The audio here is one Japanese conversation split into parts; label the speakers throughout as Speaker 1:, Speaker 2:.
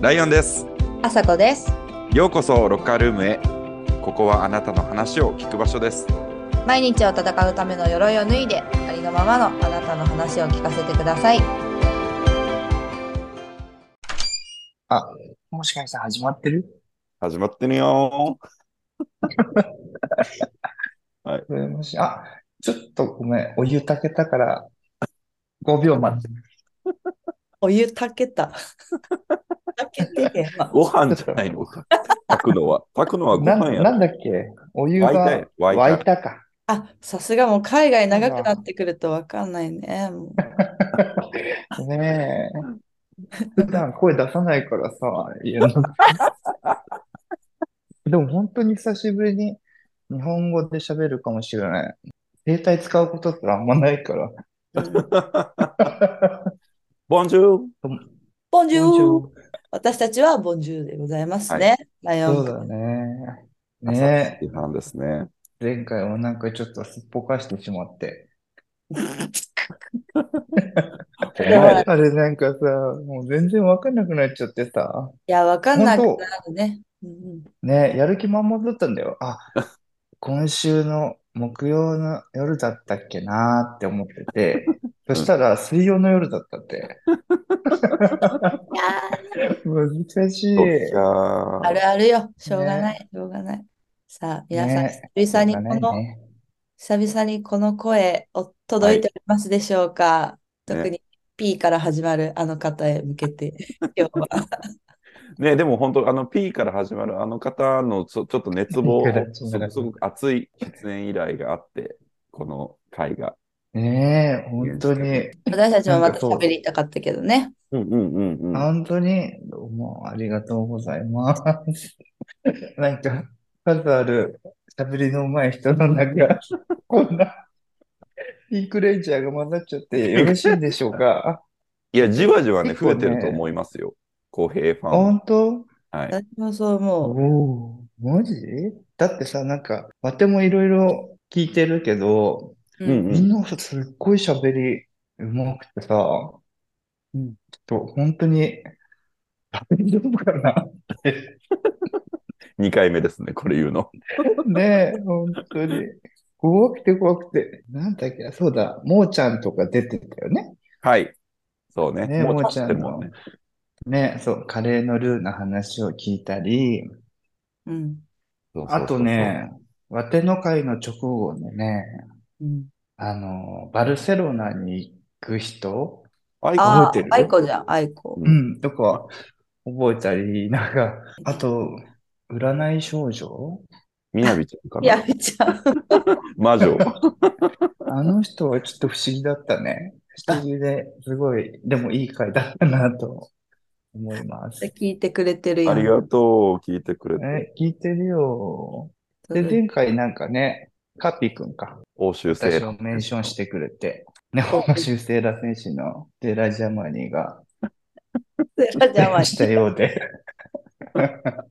Speaker 1: ライオンです
Speaker 2: あさこです。
Speaker 1: ようこそロッカールームへここはあなたの話を聞く場所です
Speaker 2: 毎日を戦うための鎧を脱いで、ありのままのあなたの話を聞かせてください。
Speaker 3: もしかして始まってる
Speaker 1: 始まってるよ
Speaker 3: うんもしあ、ちょっとごめん。お湯炊けたから、5秒待って。
Speaker 2: お湯炊けた。炊けてへんわ
Speaker 1: ーご飯じゃないの炊くのは炊くのはご
Speaker 3: な、
Speaker 1: 飯やろ
Speaker 3: なんだっけお湯
Speaker 1: 沸いた
Speaker 3: が
Speaker 1: よ沸いた
Speaker 3: 沸いたか。
Speaker 4: あ、さすがもう海外長くなってくるとわかんないね。もう
Speaker 3: ねえ。普段声出さないからさ、家の 中でも本当に久しぶりに日本語で喋るかもしれない。携帯使うことすらあんまないから。
Speaker 1: ボンジュール
Speaker 4: ボンジュール
Speaker 3: そ
Speaker 4: 私たちはボンジュールでございますね。ライオ
Speaker 3: う
Speaker 4: ン。
Speaker 3: だね。ねえ。
Speaker 1: 違反ですね
Speaker 3: 前回もなんかちょっとすっぽかしてしまって。
Speaker 1: お前
Speaker 3: あれなんかさ、もう全然わかんなくなっちゃってさ、
Speaker 4: いや、わかんなく
Speaker 3: 本
Speaker 4: なるね。うんうん
Speaker 3: ね、やる気満々だったんだよ。あ、今週の木曜の夜だったっけなーって思ってて、そしたら水曜の夜だったって。
Speaker 4: いや
Speaker 3: 難しい。
Speaker 1: どっちゃ
Speaker 4: ーあるあるよ。しょうがない。しょうがない。さあ、皆さん、
Speaker 3: ね
Speaker 4: 久々に
Speaker 3: しょう
Speaker 4: こ
Speaker 3: がない
Speaker 4: の、
Speaker 3: ね
Speaker 4: 久々にこの声を届いておりますでしょうか。
Speaker 1: ね
Speaker 4: 特に P から始まるあの方へ向けて、 今日は。
Speaker 1: ねでも本当あの P から始まるあの方のちょちょっと熱望
Speaker 3: いくら
Speaker 1: すごすごく熱い出演依頼があってこの回が
Speaker 3: ねえ、本当に、
Speaker 4: 私たちもま
Speaker 3: なんか
Speaker 4: た
Speaker 3: そう
Speaker 4: 喋りたかったけ どね。
Speaker 1: うんうんうんうん
Speaker 3: 本当に、どうもありがとうございます。 なんか、数ある喋りの上手い人の中、 こんな、ピンクレンジャーが混ざっちゃってよろしいんでしょう か
Speaker 1: いやじわじわね
Speaker 3: 結
Speaker 1: 増
Speaker 3: 構
Speaker 1: え
Speaker 3: ね
Speaker 1: てると思いますよ浩平ファ
Speaker 3: あ、
Speaker 1: ンは
Speaker 3: 本当
Speaker 1: はい
Speaker 4: 私もそう思う。
Speaker 3: おーマジだってさ、なんか、わてもいろいろ聞いてるけど、
Speaker 1: うんうん
Speaker 3: みんなすっごい喋り上手くてさ、ちょ
Speaker 1: うん
Speaker 3: っと本当に、大丈夫かな
Speaker 1: 2回目ですね、これ言うの。
Speaker 3: ねえ、本当に。怖くて怖くて。なんだっけ、そうだ、もーちゃんとか出てたよね。
Speaker 1: はい。そうね。
Speaker 3: ね
Speaker 1: もう
Speaker 3: もう
Speaker 1: ち
Speaker 3: ち
Speaker 1: ょ
Speaker 3: ゃ
Speaker 1: っ
Speaker 3: ん
Speaker 1: と
Speaker 3: の
Speaker 1: もんね。
Speaker 3: ねえ、そう、カレーのルーの話を聞いたり、
Speaker 4: うん。
Speaker 1: そうそうそう
Speaker 3: あとね、ワテの会の直後でね、
Speaker 4: うん。
Speaker 3: あの、バルセロナに行く人、
Speaker 1: アイコン
Speaker 4: あ
Speaker 3: 覚えてる
Speaker 4: あ、アイコじゃん、アイコ。
Speaker 3: うん、とか覚えたり、なんか、あと、占い少女
Speaker 1: みなびちゃんか
Speaker 4: いや
Speaker 1: な。
Speaker 4: めちゃう。
Speaker 1: 魔 女。
Speaker 3: あの人はちょっと不思議だったね。不思議ですごい、でもいい会だったなと思います。
Speaker 4: 聞いてくれてる
Speaker 1: あ
Speaker 4: やん。
Speaker 1: りがとう、聞いてくれて。
Speaker 3: え、聞いてるよ。で、
Speaker 4: うん
Speaker 3: 前回なんかね、カピ君か。
Speaker 1: 欧州
Speaker 3: 私
Speaker 1: 制
Speaker 3: をメンションしてくれて。ね、本州セーラ選手のデラジャマニが
Speaker 4: セラジャマニ
Speaker 3: したようで。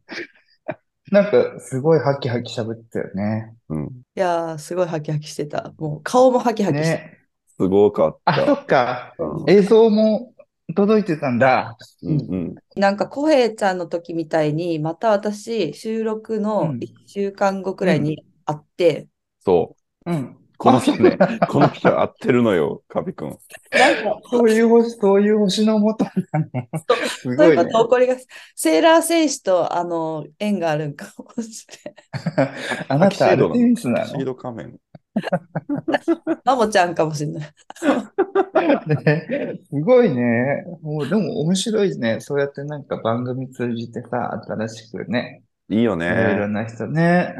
Speaker 3: なんか、すごいハキハキ喋ってたよね。
Speaker 1: うん。
Speaker 4: いやー、すごいハキハキしてた。もう顔もハキハキして
Speaker 3: ね。
Speaker 1: すごかっ
Speaker 3: あ、そ
Speaker 1: た。
Speaker 3: っか。
Speaker 1: うん
Speaker 3: 映像も届いてたんだ。
Speaker 1: うんうん。
Speaker 4: た。なんか、コヘちゃんの時みたいに、また私、収録
Speaker 3: う
Speaker 4: の
Speaker 3: ん
Speaker 4: 1週間後くらいに会って、
Speaker 1: そう。
Speaker 3: うん。
Speaker 1: この人 ね、この人合ってるのよ、カビ君。
Speaker 4: なんか、
Speaker 3: そういう星、そういう星のもとなの。すご
Speaker 4: そういえ
Speaker 3: い
Speaker 4: ば
Speaker 3: ね。
Speaker 4: 残りが、セーラー戦士と、あの、縁があるんかもしれない。
Speaker 3: あな
Speaker 1: タキシ
Speaker 3: た、ア
Speaker 1: ー
Speaker 3: ル
Speaker 1: ド
Speaker 3: テミス
Speaker 1: タ
Speaker 3: な
Speaker 1: キシ
Speaker 3: の
Speaker 1: ード仮面。
Speaker 4: マモちゃんかもしれない。
Speaker 3: ね、すごいね。もうでも面白いね。そうやってなんか番組通じてさ、新しくね、
Speaker 1: いいよ
Speaker 3: いろいろ
Speaker 1: ね。
Speaker 3: な人ね。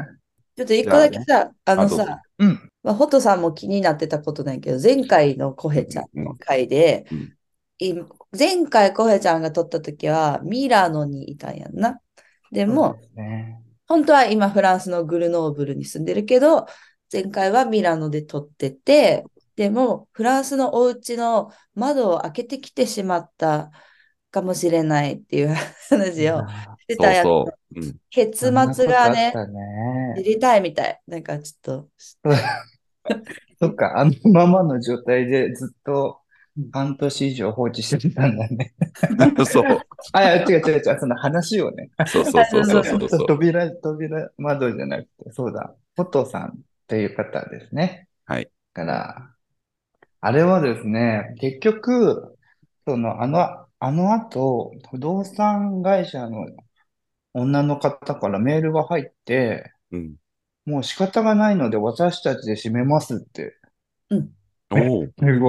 Speaker 4: ちょっと一個だけさ、あの
Speaker 1: あどうぞ
Speaker 4: さ、
Speaker 3: うん。
Speaker 4: まあ、ホトさんも気になってたことないけど、前回のコヘちゃんの回で
Speaker 1: うん、
Speaker 4: 今前回コヘちゃんが撮った時はミラノにいたんやんな。で
Speaker 3: そ
Speaker 4: も、
Speaker 3: うですね。
Speaker 4: 本当は今フランスのグルノーブルに住んでるけど、前回はミラノで撮ってて、でもフランスのお家の窓を開けてきてしまったかもしれないっていう話をして
Speaker 1: そ
Speaker 4: た
Speaker 1: う
Speaker 4: やつ。
Speaker 1: そう。うん
Speaker 4: 結末がね
Speaker 3: そ、んなことあった
Speaker 4: 知
Speaker 3: ね。
Speaker 4: りたいみたい。なんかちょっと、
Speaker 3: そっか、あのままの状態でずっと半年以上放置してたんだね。
Speaker 1: そう。
Speaker 3: あ、いや、違う違う違う、その話をね。
Speaker 1: そうそうそうそうそうそう。
Speaker 3: 扉、扉、窓じゃなくて、そうだ、ポトさんという方ですね。
Speaker 1: はい。
Speaker 3: から、あれはですね、結局、その、あの、あの後、不動産会社の女の方からメールが入って、
Speaker 1: うん、
Speaker 3: もう仕方がないので私たちで閉めますって、
Speaker 1: おう
Speaker 3: メールが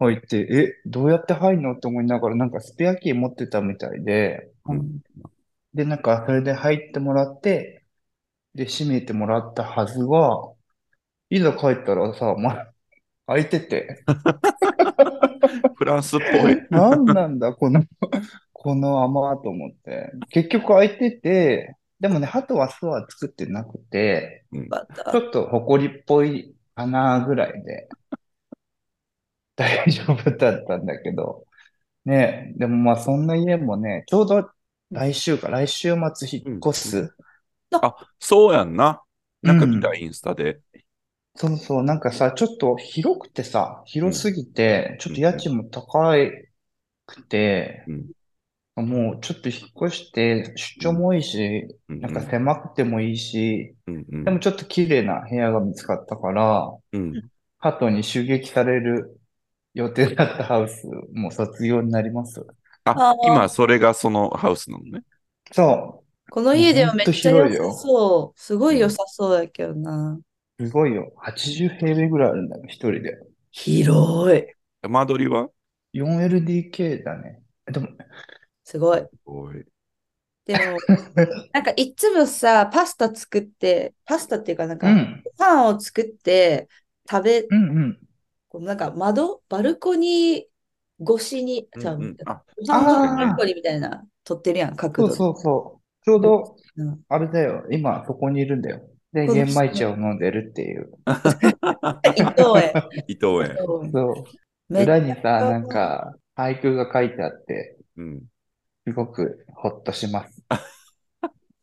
Speaker 3: 入って、え、どうやって入んのって思いながら、なんかスペアキー持ってたみたいで、
Speaker 1: うん
Speaker 3: で、なんか、それで入ってもらって、で、閉めてもらったはずが、いざ帰ったらさ、ま、開いてて、
Speaker 1: フランスっぽ い。
Speaker 3: なんなんだ、この、この甘と思って。結局開いてて、でもね、ハトは巣は作ってなくて、
Speaker 4: バタ
Speaker 3: ちょっと埃っぽいかなぐらいで、 大丈夫だったんだけど、ね、でもまあ、そんな家もね、ちょうど来週か、来週末引っ越す。
Speaker 1: そうやんな。なんか見
Speaker 3: う
Speaker 1: た、インスタで。
Speaker 3: そうそう、なんかさ、ちょっと広くてさ、広すぎて、ちょっと家賃も高くて、もうちょっと引っ越して、出張も多いし、
Speaker 1: うん
Speaker 3: なんか狭くてもいいし、
Speaker 1: うんう
Speaker 3: で
Speaker 1: ん
Speaker 3: もちょっと綺麗な部屋が見つかったから、
Speaker 1: うん
Speaker 3: 鳩に襲撃される予定だったハウス、もう卒業になります。
Speaker 1: あ
Speaker 4: あー、
Speaker 1: 今それがそのハウスなのね。
Speaker 3: そ
Speaker 4: この家ではめっちゃ
Speaker 3: ほん
Speaker 4: 良
Speaker 3: と広いよ
Speaker 4: さそう。すごい良さそうだけどな。
Speaker 3: う、すごいよ。80平米ぐらいあるんだよ、一人で。
Speaker 4: 広い。
Speaker 1: 間取りは
Speaker 3: 4LDK だね。でも、
Speaker 4: すごい。
Speaker 1: おい
Speaker 4: でも、なんかいつもさ、パスタ作って、パスタっていうかなん
Speaker 3: う
Speaker 4: か、
Speaker 3: ん、
Speaker 4: パンを作って、食べ、
Speaker 3: うん、うん。
Speaker 4: こうなんか窓、バルコニー越しに、じゃあ、
Speaker 1: うんうんあ
Speaker 4: パン
Speaker 3: あー
Speaker 4: バルコニーみたいな、撮ってるやん、
Speaker 3: そ
Speaker 4: 角度
Speaker 3: う
Speaker 4: で。
Speaker 3: そうそう。ちょうど
Speaker 4: うん、
Speaker 3: あれだよ、今そこにいるんだよ。で、
Speaker 4: そうそう
Speaker 3: 玄米茶を飲んでるっていう。
Speaker 4: 伊藤園。
Speaker 1: 伊藤園。
Speaker 3: そう。
Speaker 4: めっ
Speaker 3: 裏にさ、
Speaker 4: 可愛い
Speaker 3: なんか、俳句が書いてあって、
Speaker 1: うん。
Speaker 3: すごくほっとします。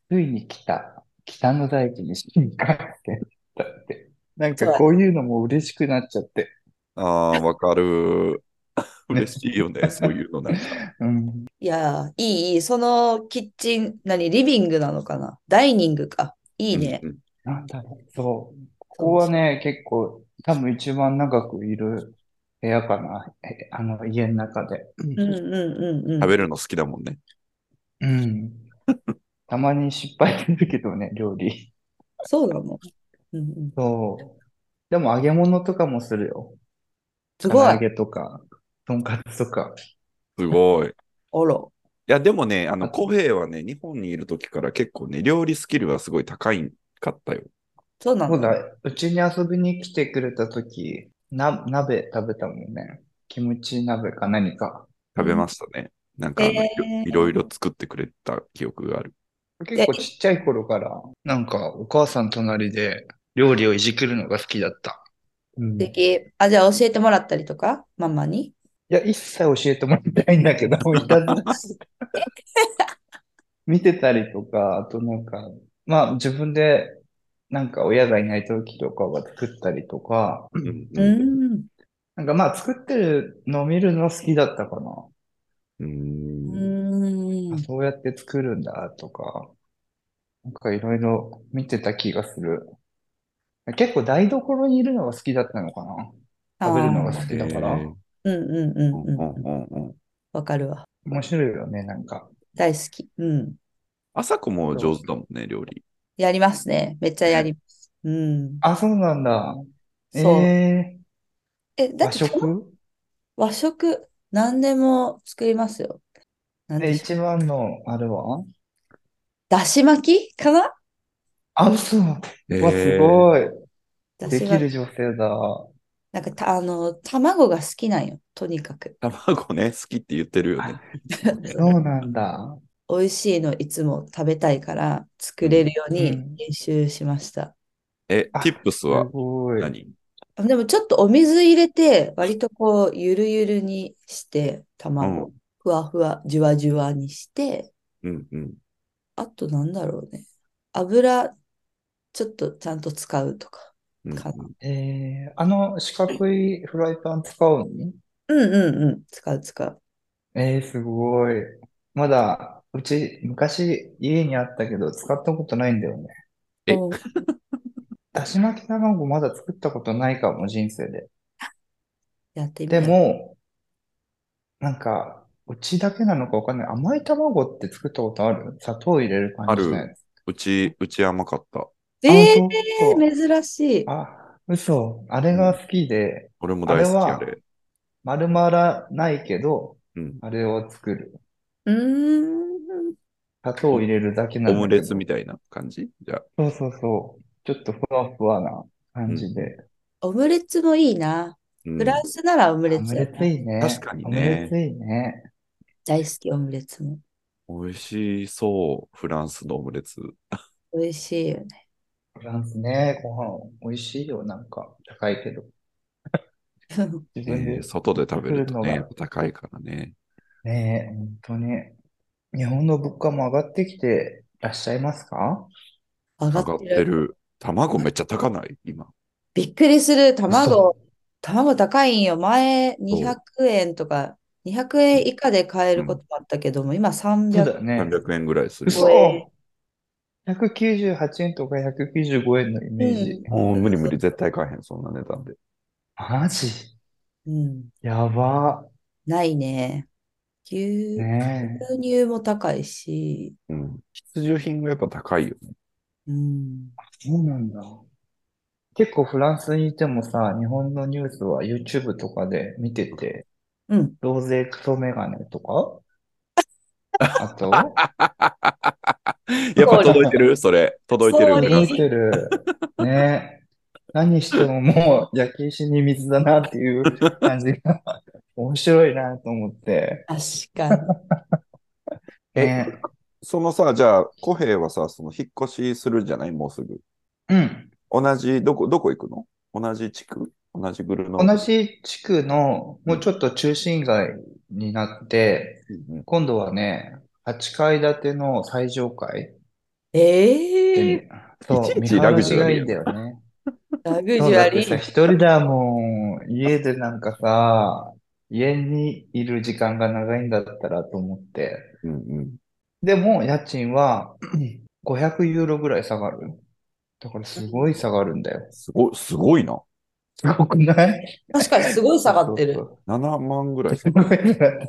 Speaker 3: ついに来た。北の大地に進化して。だって。なんかこういうのも嬉しくなっちゃって。
Speaker 1: あ あ、わかる。 嬉しいよね、そういうのなんか。
Speaker 3: うん。
Speaker 4: いやー、いい、いい。そのキッチン、何、リビングなのかなダイニングか。いいね。
Speaker 1: うん
Speaker 3: なんだろう。そう。ここはね、結構、多分一番長くいる部屋かな。えあの、家の中で。
Speaker 4: うんうんうんうん。
Speaker 1: 食べるの好きだもんね。
Speaker 3: うん。たまに失敗するけどね、料理。
Speaker 4: そうなの。うんうん、
Speaker 3: そう。でも揚げ物とかもするよ。
Speaker 4: すごい。
Speaker 3: 唐
Speaker 4: あ
Speaker 3: 揚げとか、とんかつとか。
Speaker 1: すごい。い
Speaker 4: ら。
Speaker 1: や、でもね、あの、コヘイはね、日本にいる時から結構ね、料理スキルはすごい高いかったよ。
Speaker 4: そうな
Speaker 3: そうだ
Speaker 4: の。、
Speaker 3: うちに遊びに来てくれた時、な、鍋食べたもんね。キムチ鍋か何か。
Speaker 1: 食べましたね。なんかあの、
Speaker 4: えー
Speaker 1: いろいろ作ってくれた記憶がある。
Speaker 3: 結構ちっちゃい頃から、なんかお母さん隣で料理をいじくるのが好きだった。うん。
Speaker 4: 素
Speaker 3: い
Speaker 4: 敵。あ、じゃあ教えてもらったりとか、ママに。
Speaker 3: や、一切教えてもらいたいんだけど、いたずらして。見てたりとか、あとなんか、まあ自分で、なんか親がいない時とかは作ったりとか、
Speaker 1: うん
Speaker 4: う。ん。
Speaker 3: なんかまあ作ってるのを見るの好きだったかな。
Speaker 1: うん
Speaker 4: うん
Speaker 3: あ、。そうやって作るんだとか、なんかいろいろ見てた気がする。結構台所にいるのが好きだったのかな。食べるのが
Speaker 4: あー
Speaker 3: 好きだから
Speaker 1: えー
Speaker 4: うんうん
Speaker 1: う
Speaker 4: うん
Speaker 1: ん
Speaker 4: うん。
Speaker 1: うんうんうん
Speaker 4: わかるわ。
Speaker 3: 面白いよね、なんか。
Speaker 4: 大好き。うん。
Speaker 1: 朝子も上手だもんね、料理。
Speaker 4: やりますね。めっちゃやります。うん。
Speaker 3: あ、そうなんだ。
Speaker 4: そう。
Speaker 3: え
Speaker 4: え、
Speaker 3: ー、
Speaker 4: だ
Speaker 3: 和
Speaker 4: って
Speaker 3: 食
Speaker 4: 和食、何でも作りますよ。なん
Speaker 3: で、
Speaker 4: でし
Speaker 3: 一
Speaker 4: ょう
Speaker 3: 番のあれは
Speaker 4: だし巻きかな
Speaker 3: あ、嘘。わ、
Speaker 1: え
Speaker 3: すごい。
Speaker 4: だ
Speaker 3: で
Speaker 4: し
Speaker 3: き
Speaker 4: 巻き。
Speaker 3: る女性だ。
Speaker 4: なんかた、あの、卵が好きなんよ。とにかく。
Speaker 1: 卵ね、好きって言ってるよね。
Speaker 3: そうなんだ。
Speaker 4: 美味しいのいつも食べたいから作れるよ
Speaker 3: う
Speaker 4: うに
Speaker 3: ん
Speaker 4: 練習しました。
Speaker 1: え
Speaker 3: あ、
Speaker 1: ティップス
Speaker 3: す
Speaker 1: は
Speaker 3: ごい。
Speaker 1: 何
Speaker 4: でもちょっとお水入れて、割とこう、ゆるゆるにして、卵、
Speaker 1: う
Speaker 4: ふわふわ、じゅわじゅわにして、
Speaker 1: うんうん。
Speaker 4: あとなんだろうね。油、ちょっとちゃんと使うとか
Speaker 1: うん
Speaker 4: かな。
Speaker 3: えー、あの四角いフライパン使うの
Speaker 4: うんうんうん。使う使う。
Speaker 3: えー、すごい。まだ、うち、昔、家にあったけど、使ったことないんだよね。
Speaker 1: え
Speaker 4: うん
Speaker 3: だし巻き卵まだ作ったことないかも、人生で。
Speaker 4: やってみ
Speaker 3: で
Speaker 4: よう。
Speaker 3: も、なんか、うちだけなのかわかんない。甘い卵って作ったことある砂糖入れる感じのやつ。
Speaker 1: うち、うち甘かった。
Speaker 4: え
Speaker 3: あ、
Speaker 4: え
Speaker 3: 本当
Speaker 4: ー、珍しい。
Speaker 3: あ、嘘。あれが好きで、
Speaker 1: 俺も大好き、
Speaker 3: あれは
Speaker 1: あれ。
Speaker 3: 丸まらないけど、
Speaker 1: うん。
Speaker 3: あれを作る。
Speaker 4: うーん。
Speaker 3: 砂糖を入れるだけな
Speaker 1: オ
Speaker 3: んだ
Speaker 1: ム
Speaker 3: け
Speaker 1: レツ
Speaker 3: ど。
Speaker 1: みたいな感じじゃあ
Speaker 3: そうそうそう。ちょっとふわふわな感じで。
Speaker 4: オムレツもいいな。
Speaker 1: うん
Speaker 4: フランスならオムレ
Speaker 3: オム
Speaker 4: ツ
Speaker 3: レ
Speaker 4: や
Speaker 3: ツ
Speaker 4: な。
Speaker 3: いいね。
Speaker 1: 確かにね
Speaker 3: オムレツいいね。
Speaker 4: 大好き、オムレツも。
Speaker 1: 美味しそう、フランスのオムレツ。
Speaker 4: 美味しいよね。
Speaker 3: フランスね、ご飯美味しいよ、なんか。高いけ ど。自分
Speaker 1: ね
Speaker 3: で。
Speaker 1: 外で食べると
Speaker 3: 作るのが
Speaker 1: ね、やっぱ高いからね。
Speaker 3: ねえ、本当に。日本の物価も上がってきてらっしゃいますか
Speaker 4: 上が
Speaker 1: 上
Speaker 4: っ
Speaker 1: がっ
Speaker 4: てる
Speaker 1: てる。卵めっちゃ高ない今。
Speaker 4: びっくりする。卵、卵高いんよ。前、200円とか、200円以下で買えることもあったけども、今
Speaker 3: そう
Speaker 4: 300
Speaker 3: だよね。
Speaker 1: 300円ぐらいする。
Speaker 3: 嘘
Speaker 4: え
Speaker 3: !198 円とか195円のイメージ。
Speaker 1: もう無理無理、絶対買えへん、そんな値段で。
Speaker 3: マジ
Speaker 4: うん、
Speaker 3: やば。
Speaker 4: ないね。牛、
Speaker 3: ねえ。
Speaker 4: 牛乳も高いし、
Speaker 1: うん。必需品がやっぱ高いよね。
Speaker 4: うん、
Speaker 3: そうなんだ。結構フランスにいてもさ、日本のニュースは YouTube とかで見てて、
Speaker 4: うん、
Speaker 3: ロゼクソメガネ とか、あと、
Speaker 1: やっぱ届いてるそれ。届いて
Speaker 4: そう
Speaker 1: る
Speaker 4: で
Speaker 1: フ
Speaker 4: す
Speaker 1: ラン
Speaker 3: 見
Speaker 1: ス。
Speaker 3: てる。ねえ。何してももう焼け石に水だなっていう感じ が面白いなと思って。
Speaker 4: 確かに。
Speaker 1: え
Speaker 3: ね
Speaker 1: そのさ、じゃあ、コヘイはさ、その引っ越しするじゃないもうすぐ。
Speaker 3: えうん。
Speaker 1: 同じ、どこ、どこ行くの同じ地区同じグルの。
Speaker 3: 同。じ地区のもうちょっと中心街になって、
Speaker 1: うんうん
Speaker 3: 今度はね、8階建ての最上階
Speaker 4: ええ
Speaker 3: で、そう、
Speaker 1: いちい
Speaker 3: 見
Speaker 1: ち
Speaker 3: 晴
Speaker 1: ラ
Speaker 3: ら
Speaker 1: グ
Speaker 3: し
Speaker 1: ジュア
Speaker 3: がい
Speaker 1: リ
Speaker 3: い
Speaker 1: ー
Speaker 3: んだよね。
Speaker 4: ラグジ
Speaker 3: そう
Speaker 4: ュ
Speaker 3: だっ
Speaker 4: ア
Speaker 3: て
Speaker 4: リ
Speaker 3: さ、
Speaker 4: ー。
Speaker 3: 一人だもん。家でなんかさ、家にいる時間が長いんだったらと思って。
Speaker 1: うんうん。
Speaker 3: でも、家賃は500ユーロぐらい下がる。だからすごい下がるんだよ。
Speaker 1: すごい、すごいな。
Speaker 3: すごくない
Speaker 4: 確かにすごい下がって
Speaker 3: そう
Speaker 4: る。
Speaker 1: 7万ぐらい
Speaker 3: そうすごい下がって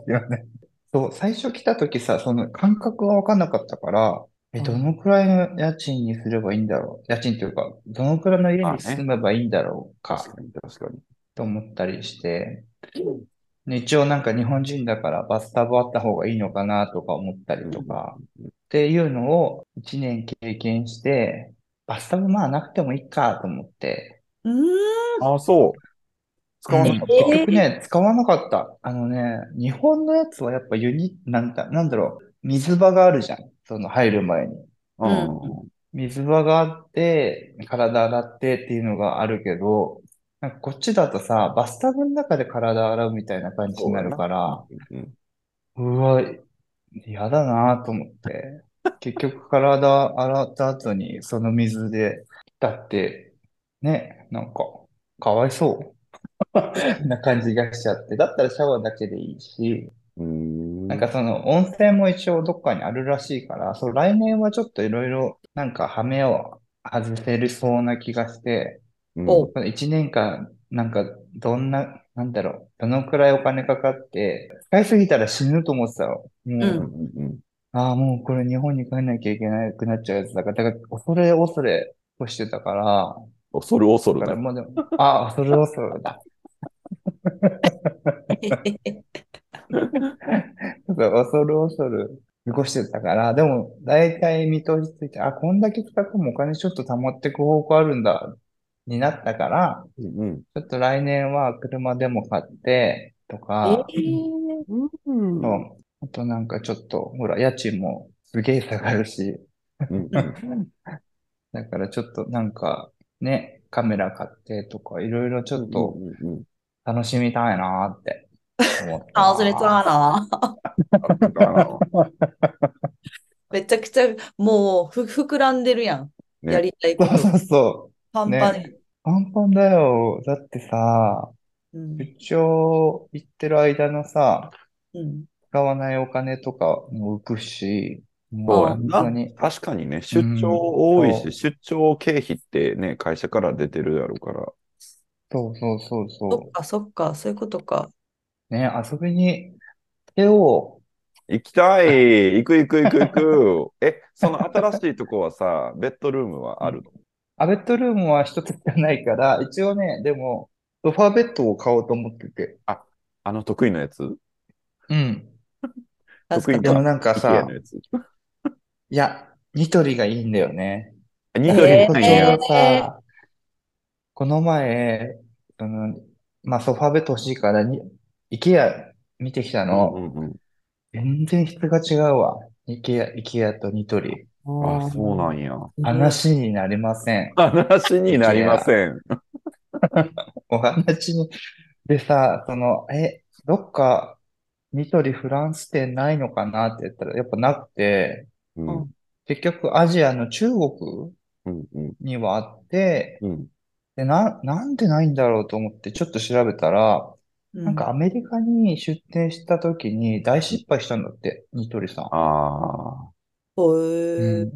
Speaker 3: るよね。そう、最初来た時さ、その感覚がわかんなかったから、え、
Speaker 4: うん
Speaker 3: どのくらいの家賃にすればいいんだろう。家賃というか、どのくらいの家
Speaker 1: まあ
Speaker 3: に
Speaker 1: ね
Speaker 3: 住めばいいんだろうか。
Speaker 1: 確かに、確かに。
Speaker 3: と思ったりして、で一応なんか日本人だからバスタブあった方がいいのかなとか思ったりとか、っていうのを1年経験して、バスタブまあなくてもいいかと思って、
Speaker 4: うーん。
Speaker 1: ああ、そう。使わなかっ
Speaker 4: え
Speaker 1: た。
Speaker 3: 結局ね、使わなかった。あのね、日本のやつはやっぱユニ、なんだ、なんだろう、水場があるじゃん。その入る前に。
Speaker 1: う
Speaker 4: うん
Speaker 1: ん。
Speaker 3: 水場があって、体洗ってっていうのがあるけど、なんかこっちだとさ、バスタブの中で体洗うみたいな感じになるから、
Speaker 1: うん
Speaker 3: うわ、嫌だなと思って。結局体洗った後にその水で、だって、ね、なんか、かわいそう。 な感じがしちゃって。だったらシャワーだけでいいし、
Speaker 1: うーん。
Speaker 3: なんかその温泉も一応どっかにあるらしいから、そう来年はちょっといろいろなんか羽目を外せるそうな気がして、
Speaker 1: うん、
Speaker 4: お
Speaker 3: この1年間、なんか、どんな、なんだろう、どのくらいお金かかって、使いすぎたら死ぬと思ってたの。も
Speaker 1: うん
Speaker 3: う、
Speaker 1: うんうん
Speaker 3: ああ、もうこれ日本に帰んなきゃいけなくなっちゃうやつだから、だから、恐れ恐れ越してたから、
Speaker 1: 恐る恐る
Speaker 3: だから
Speaker 1: だ。
Speaker 3: もうでも、ああ、恐れ恐れだ。 そう恐る恐る過ごしてたから、でも、大体見通しついて、あ、こんだけ使ってもお金ちょっと溜まってく方向あるんだ、になったから、
Speaker 1: うん
Speaker 3: ちょっと来年は車でも買って、とか、
Speaker 4: えー
Speaker 1: うん。うん
Speaker 3: そうあとなんかちょっと、ほら、家賃もすげえ下がるし、
Speaker 1: うん
Speaker 3: だからちょっとなんか、ね、カメラ買ってとか、いろいろちょっと
Speaker 1: うんうんうん
Speaker 3: 楽しみたいなーって思った
Speaker 4: あ、それつまらな。
Speaker 1: だから
Speaker 4: めちゃくちゃ、もう、ふ、膨らんでるやん。
Speaker 1: ね
Speaker 4: やりたいこ
Speaker 3: そうそ
Speaker 4: と。
Speaker 3: うそう。
Speaker 4: パンパンに。
Speaker 3: パンパンだよ。だってさ、
Speaker 4: うん
Speaker 3: 出張行ってる間のさ、
Speaker 4: うん
Speaker 3: 使わないお金とかも浮くし、も
Speaker 1: そう
Speaker 3: う
Speaker 1: や
Speaker 3: 本
Speaker 1: ん
Speaker 3: 当
Speaker 1: な
Speaker 3: に。
Speaker 1: 確かにね、出張多い
Speaker 3: そう
Speaker 1: し、出張経費ってね、会社から出てるやろから。
Speaker 3: そうそうそうそ
Speaker 4: そっか、そっか、そういうことか。
Speaker 3: う。ね、遊びに来よ
Speaker 1: 行きたい行く行く行く行くえ、その新しいとこはさ、ベッドルームはあるの
Speaker 3: う。アベッドルームは一つしかないから、一応ね、でも、ソファーベッドを買おうと思ってて。
Speaker 1: あの得意なやつ
Speaker 3: うん。
Speaker 1: 得意
Speaker 3: でも
Speaker 1: な、
Speaker 3: なんか
Speaker 1: IKEA
Speaker 3: さ
Speaker 1: の、やつ。
Speaker 3: いや、ニトリがいいんだよね。
Speaker 1: ニ
Speaker 4: え
Speaker 1: トリ
Speaker 4: ー
Speaker 1: も
Speaker 3: こ
Speaker 1: ない
Speaker 3: れ
Speaker 1: んや
Speaker 3: がさ、この前、その、まあ、ソファーベッド欲しいからに、IKEA 見てきた
Speaker 1: う
Speaker 3: の。
Speaker 1: んうん
Speaker 3: 全然質が違うわ。IKEA、IKEA とニトリ。
Speaker 1: うんあ、そうなんや。
Speaker 3: 話になりません。
Speaker 1: 話になりません。
Speaker 3: お話に。でさ、その、え、どっか、ニトリフランス店ないのかなって言ったら、やっぱなくて、
Speaker 1: うんうん
Speaker 3: 結局アジアの中国
Speaker 1: うん
Speaker 3: にはあって、
Speaker 1: うん
Speaker 3: で、な、なんでないんだろうと思ってちょっと調べたら、
Speaker 4: な
Speaker 3: なんかア、メリカに出店した時に大失敗したんだって、ニトリさん。
Speaker 1: あ
Speaker 4: ほ
Speaker 3: う
Speaker 4: え
Speaker 3: んっ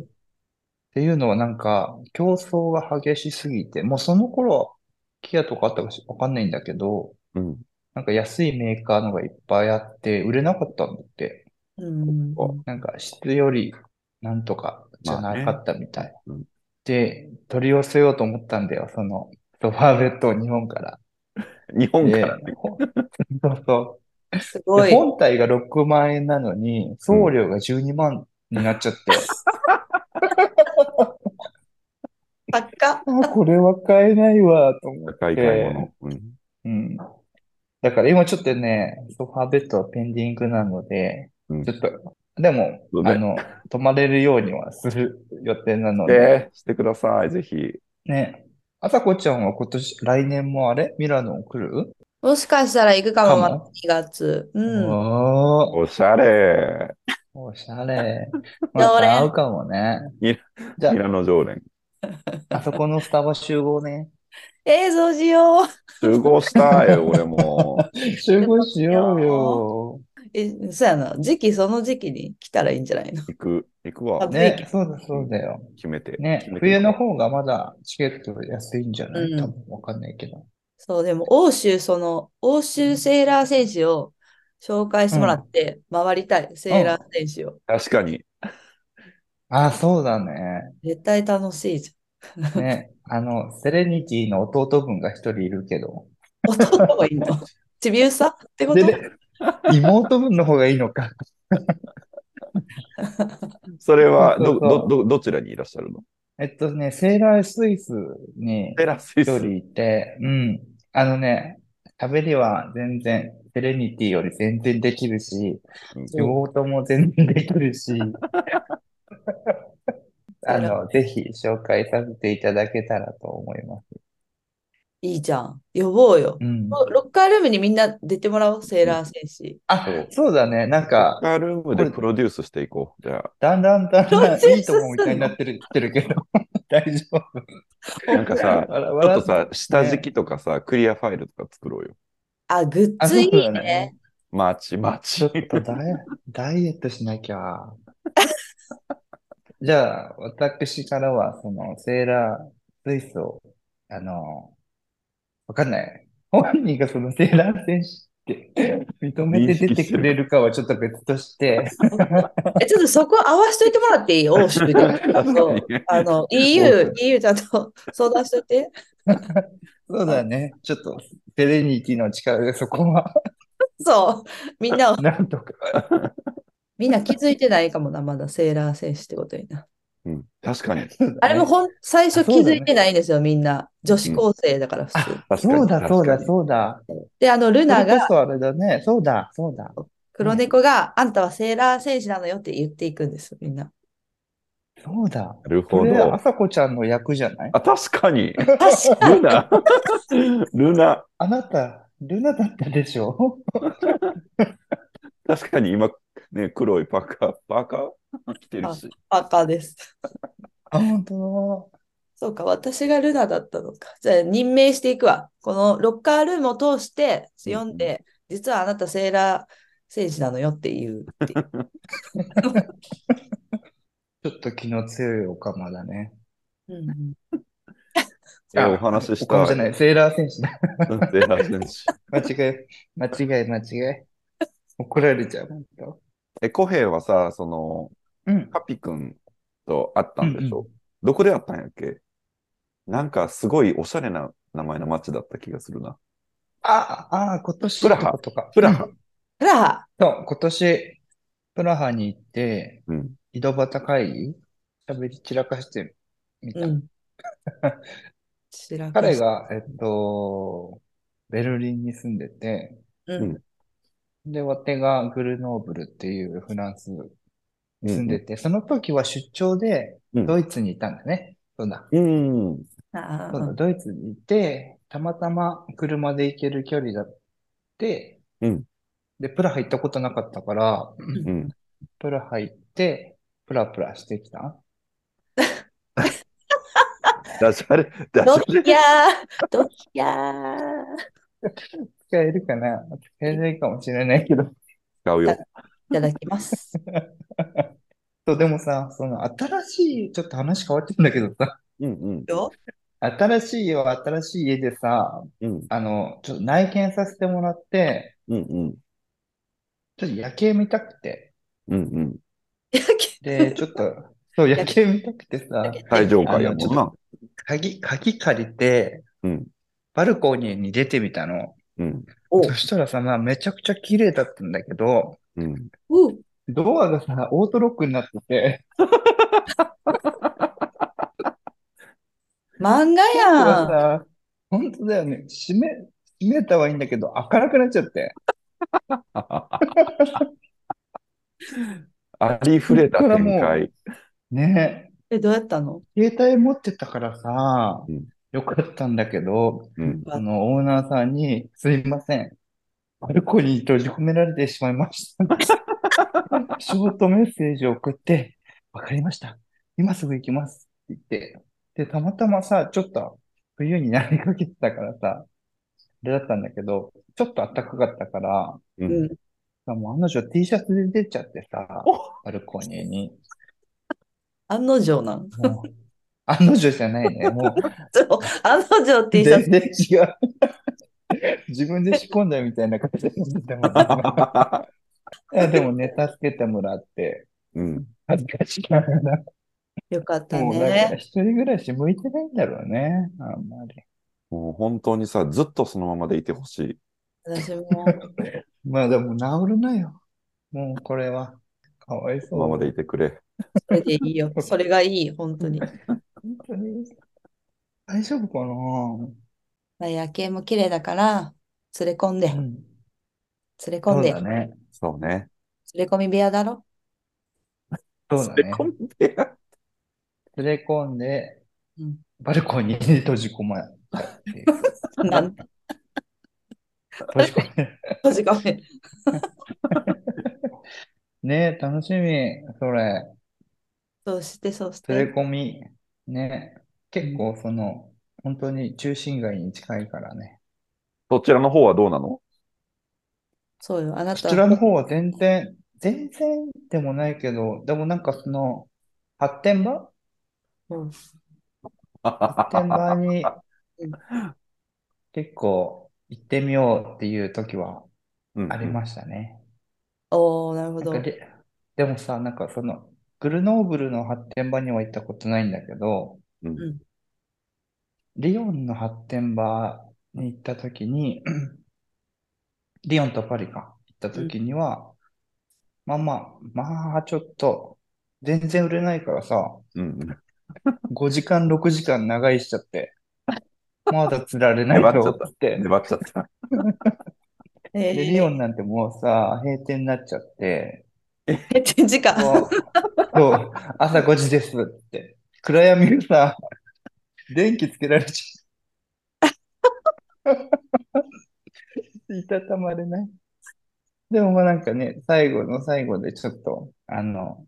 Speaker 3: ていうのはなんか競争が激しすぎて、もうその頃、キアとかあったかしわかんないんだけど、
Speaker 1: あ。うん。
Speaker 3: なんか安いメーカーのがいっぱいあって、売れなかったんだって。
Speaker 4: うん
Speaker 1: そっ
Speaker 3: なんか質よりなんとかじゃなかったみたい
Speaker 1: まあねうん。
Speaker 3: で、取り寄せようと思ったんだよ、そのソファーベッドを日本から。
Speaker 1: 日本から
Speaker 3: で、ほそうそう。
Speaker 4: すご
Speaker 3: で
Speaker 4: い。
Speaker 3: 本体が6万円なのに、送料が12万になっちゃって、
Speaker 4: 高っ。
Speaker 3: あこれは買えないわ、と思
Speaker 1: 高
Speaker 3: っ
Speaker 1: い買い
Speaker 3: て。
Speaker 1: 物。うん
Speaker 3: うん。だから今ちょっとね、ソファーベッドはペンディングなので、
Speaker 1: うん
Speaker 3: ちょっと、でも、
Speaker 1: そうね
Speaker 3: あの、泊まれるようにはする予定なので、
Speaker 1: で、してください、ぜひ。
Speaker 3: ね。あさこちゃんは今年、来年もあれミラノ来る
Speaker 2: もしかしたら行くかも、
Speaker 3: かも
Speaker 2: まだ2月。うん。
Speaker 3: おー、
Speaker 1: おしゃれ。
Speaker 3: おしゃれ。ま
Speaker 4: 常連
Speaker 3: た会うかもね。
Speaker 1: ミ
Speaker 3: じゃ
Speaker 1: ミラノ常連。
Speaker 3: あ、あそこのスタバ集合ね。
Speaker 4: 映像しよう。
Speaker 1: 集合したい、俺も。
Speaker 3: 集合しようよ。
Speaker 4: え、そうやな。時期、その時期に来たらいいんじゃないの
Speaker 1: 行く、行くわ
Speaker 4: あ、
Speaker 3: ね、そうだそうだよ。
Speaker 1: 決めて。
Speaker 3: ね
Speaker 1: 決め、て
Speaker 3: 冬の方がまだチケット安いんじゃない
Speaker 4: うん
Speaker 3: 多分わかんないけど。
Speaker 4: そう、でも、欧州、その、欧州セーラー選手を紹介してもらって、回りたい、セーラー選手を。
Speaker 1: 確かに。
Speaker 3: あ、そうだね。
Speaker 4: 絶対楽しいじ
Speaker 3: ね、あの、セレニティの弟分が一人いるけど。
Speaker 4: ゃん。弟がいい のちびうさってこと
Speaker 3: で、で妹分の方がいいのか。
Speaker 1: それは、
Speaker 3: そうそ
Speaker 1: ど、
Speaker 3: うそう
Speaker 1: ど、ど、どちらにいらっしゃるの
Speaker 3: えっとね、セーラースイスに
Speaker 1: テラスイ
Speaker 3: 一
Speaker 1: ス。
Speaker 3: 人いて、うん。あのね、喋りは全然、セレニティより全然できるし、
Speaker 1: うん
Speaker 3: 仕事も全然できるし、 あの、ぜひ紹介させていただけたらと思います。
Speaker 4: いいじゃん。呼ぼうよ。
Speaker 3: うん。
Speaker 4: ロッカールームにみんな出てもらおう、セーラー選手。
Speaker 3: あ、
Speaker 1: そう
Speaker 3: そうだね。なん
Speaker 1: ロッ
Speaker 3: か、
Speaker 1: カールームでプロデュースしていこう。じゃあ、
Speaker 3: だんだんだんだん
Speaker 4: プロデュース
Speaker 3: いいとこみたいになってる、来てるけど、 大丈夫。
Speaker 1: なんかさ、
Speaker 3: 笑
Speaker 1: ちょ
Speaker 3: 笑
Speaker 1: っとさ、下敷きとかさ、クリアファイルとか作ろうよ。
Speaker 4: あ、グッ
Speaker 3: あ、
Speaker 4: ズいい
Speaker 3: そうだ
Speaker 4: ね。。
Speaker 1: マーチ、マー
Speaker 3: ちょっ
Speaker 1: チ。
Speaker 3: とダ イエ、ダイエットしなきゃ。じゃあ、私からは、その、セーラースイスを、あの、わかんない。本人がそのセーラー選手って認めて出てくれるかはちょっと別として、
Speaker 4: え、ちょっとそこ合わしといてもらっていい 欧州で。そうあの、EU、EU ちゃんと相談しといて。
Speaker 3: そうだね。ちょっと、セレニティの力でそこは、
Speaker 4: そう。みんなを、
Speaker 3: なんとか。
Speaker 4: みんな気づいてないかもな、まだセーラー選手ってことにな。
Speaker 1: うん、確かに。
Speaker 4: あれもほん、最初気づいてないんですよ、みんな。女子高生だから、普通。
Speaker 1: 確かに
Speaker 3: そうだ、そうだ、
Speaker 1: 確か
Speaker 3: そうだ。
Speaker 4: で、あの、ル
Speaker 3: それ
Speaker 4: ナ
Speaker 3: こ
Speaker 4: が、
Speaker 3: そあれだね。そうだ、そうだ。
Speaker 4: 黒猫が、あんたはセーラー選手なのよって言っていくんですよ、みんな。
Speaker 3: そうだ。
Speaker 1: になる
Speaker 3: こ
Speaker 1: ほ
Speaker 3: れ、
Speaker 1: ど
Speaker 3: あ。さこちゃんの役じゃない
Speaker 1: あ、確かに。
Speaker 4: 確か
Speaker 1: ル
Speaker 4: に。
Speaker 1: ナ。 ルナ。
Speaker 3: あなた、ルナだったでしょ
Speaker 1: 確かに今、ね、黒いパーカー、パーカー着てるし。
Speaker 4: パーカーです。
Speaker 3: あ、本当
Speaker 4: そうか、私がルナだったのか。じゃあ任命していくわ。このロッカールームを通して読んで、実はあなたセーラー戦士なのよっていう。
Speaker 3: ちょっと気の強いオカマだね。
Speaker 4: うん、
Speaker 1: え、お話し
Speaker 3: オ
Speaker 1: し
Speaker 3: カマ
Speaker 1: た
Speaker 3: じゃない、セーラー戦士だ。
Speaker 1: い。ゼラー選手
Speaker 3: 間違い、間違い、間違い。怒られちゃう、本当。
Speaker 1: え、コヘイはさ、その、
Speaker 3: うん。
Speaker 1: カピ君と会ったんでしょ、
Speaker 3: うん
Speaker 1: どこで会ったんやっけなんかすごいおしゃれな名前の街だった気がするな。
Speaker 3: あ、あ、今年
Speaker 1: プラ
Speaker 3: と
Speaker 1: ハ
Speaker 3: かとか。
Speaker 1: プラハ
Speaker 3: うん
Speaker 4: あら、
Speaker 3: そう、今年、プラハに行って、
Speaker 1: うん。
Speaker 3: 井戸端会議、喋り散らかしてみた。
Speaker 4: うん。知らか
Speaker 3: 彼
Speaker 4: し
Speaker 3: が、えっと、ベルリンに住んでて、
Speaker 4: うん。
Speaker 3: で、わてがグルノーブルっていうフランスに住んで
Speaker 1: て。
Speaker 3: て、その時は出張で
Speaker 1: うん
Speaker 3: ドイツにいたんだね。そうだ。
Speaker 1: うん。
Speaker 4: あ
Speaker 3: そうだ、
Speaker 4: ー
Speaker 3: ドイツにいて、たまたま車で行ける距離だって、
Speaker 1: うん
Speaker 3: で、プラハ行ったことなかったから、
Speaker 1: うん。
Speaker 3: プラハ行って、プラプラしてきた。
Speaker 1: ダジャレ、ダジ
Speaker 4: ド
Speaker 1: ャレ。
Speaker 4: キャー、ドキャー。
Speaker 3: 使えるかな使えないかもしれないけど。
Speaker 1: 使うよ。
Speaker 4: いただきます。
Speaker 3: そう、でもさ、その新しい、ちょっと話変わっちゃうんだけどさ、
Speaker 1: うんうん。
Speaker 4: よ
Speaker 3: 新しい家は新しい家でさ、
Speaker 1: うん
Speaker 3: あの、ちょっと内見させてもらって、
Speaker 1: うんうん。
Speaker 3: ちょっと夜景見たくて。
Speaker 1: うんうん。
Speaker 3: で、ちょっと、そう、夜景見たくてさ、
Speaker 1: 最上階やもんな。
Speaker 3: 鍵、鍵借りて、
Speaker 1: うん。
Speaker 3: バルコニーに出てみたの。
Speaker 1: うん。
Speaker 4: お
Speaker 3: そしたらさ、まあ、めちゃくちゃ綺麗だったんだけど、
Speaker 1: うん。
Speaker 4: う
Speaker 3: ドアがさ、オートロックになってて、
Speaker 4: 漫画
Speaker 3: ドア
Speaker 4: やん。
Speaker 3: さ、本当だよね。閉め、閉めたはいいんだけど、開かなくなっち ゃって。
Speaker 1: ありふれた展開。
Speaker 3: ねえ。
Speaker 4: え、どうやったの
Speaker 3: 携帯持ってたからさ
Speaker 1: うん、
Speaker 3: よかったんだけど、
Speaker 1: うん。
Speaker 3: あの、オーナーさんに、すいません。バルコニーに閉じ込められてしまい ました。ショートメッセージを送って、わかりました。今すぐ行きます。って言って。で、たまたまさ、ちょっと冬になりかけてたからさ、あれだったんだけど、ちょっと暖かかったから、
Speaker 1: うん。
Speaker 3: さもう彼女 T シャツで出ちゃってさ
Speaker 1: お、
Speaker 3: バルコニーに。
Speaker 4: 案の定なん。
Speaker 3: もう、案の定じゃないね。もう、
Speaker 4: そう案の定 T シャ
Speaker 3: 全
Speaker 4: ツ。
Speaker 3: 然違う。 自分で仕込んだみたいな感じ で飲んでたもんねいやでもね、助けてもらって、
Speaker 1: うん。
Speaker 3: 恥ずかしながら。
Speaker 4: よかった
Speaker 3: もうだから
Speaker 4: ね。
Speaker 3: 一人暮らし向いてないんだろうね、あんまり。
Speaker 1: もう本当にさ、ずっとそのままでいてほしい。
Speaker 4: 私も。
Speaker 3: まあでも治るなよ。もうこれは。かわい
Speaker 1: そ
Speaker 3: そ
Speaker 1: のまま
Speaker 3: う。
Speaker 1: でいてくれ。
Speaker 4: それでいいよ。それがいい、本当に。
Speaker 3: 本当に。大丈夫かな
Speaker 4: まあ夜景も綺麗だから、連れ込んで、連
Speaker 3: ん。
Speaker 4: れ込
Speaker 3: そ
Speaker 4: ん
Speaker 3: う
Speaker 4: で、
Speaker 3: だね。
Speaker 1: そうね。
Speaker 4: 連れ込み部屋だろ。
Speaker 3: そうだね。 連れ込んで、
Speaker 4: うん
Speaker 3: バルコニーに閉じ込まれたっていう。
Speaker 4: なん
Speaker 3: 閉じ込め
Speaker 4: 閉じ込め。
Speaker 3: ねえ、楽しみ、それ。
Speaker 4: そうして、そうし
Speaker 3: 連れ
Speaker 4: て。
Speaker 3: 込み。ねえ、結構その、本当に中心街に近いからね。
Speaker 1: そちらの方はどうなの
Speaker 4: そうよ。あな
Speaker 3: そ
Speaker 4: た
Speaker 3: ちらの方は全然、全然でもないけど、でもなんかその、発展場
Speaker 4: うん
Speaker 3: 発展場に
Speaker 4: うん
Speaker 3: 結構行ってみようっていう時はあり
Speaker 1: す。
Speaker 3: ましたね。
Speaker 4: おー、なるほ
Speaker 3: なん
Speaker 4: ど。
Speaker 3: かで、でもさ、なんかその、グルノーブルの発展場には行ったことないんだけど、
Speaker 1: うん
Speaker 4: うん
Speaker 3: リヨンの発展場に行った時に、 リヨンとパリか、行った時には、まあまあ、まあちょっと、全然売れないからさ、
Speaker 1: うん。
Speaker 3: 5時間、6時間長いしちゃ って、まだ釣られないだろうって。
Speaker 1: 粘っちゃった。
Speaker 4: え
Speaker 3: で、リオ
Speaker 4: ー、
Speaker 3: ンなんてもうさ、閉店になっちゃって、
Speaker 4: 閉店時間。
Speaker 3: もう、そう、朝5時ですって。暗闇がさ、電気つけられちゃう。 いたたまれない。でもまあなんかね、最後の最後でちょっと、あの、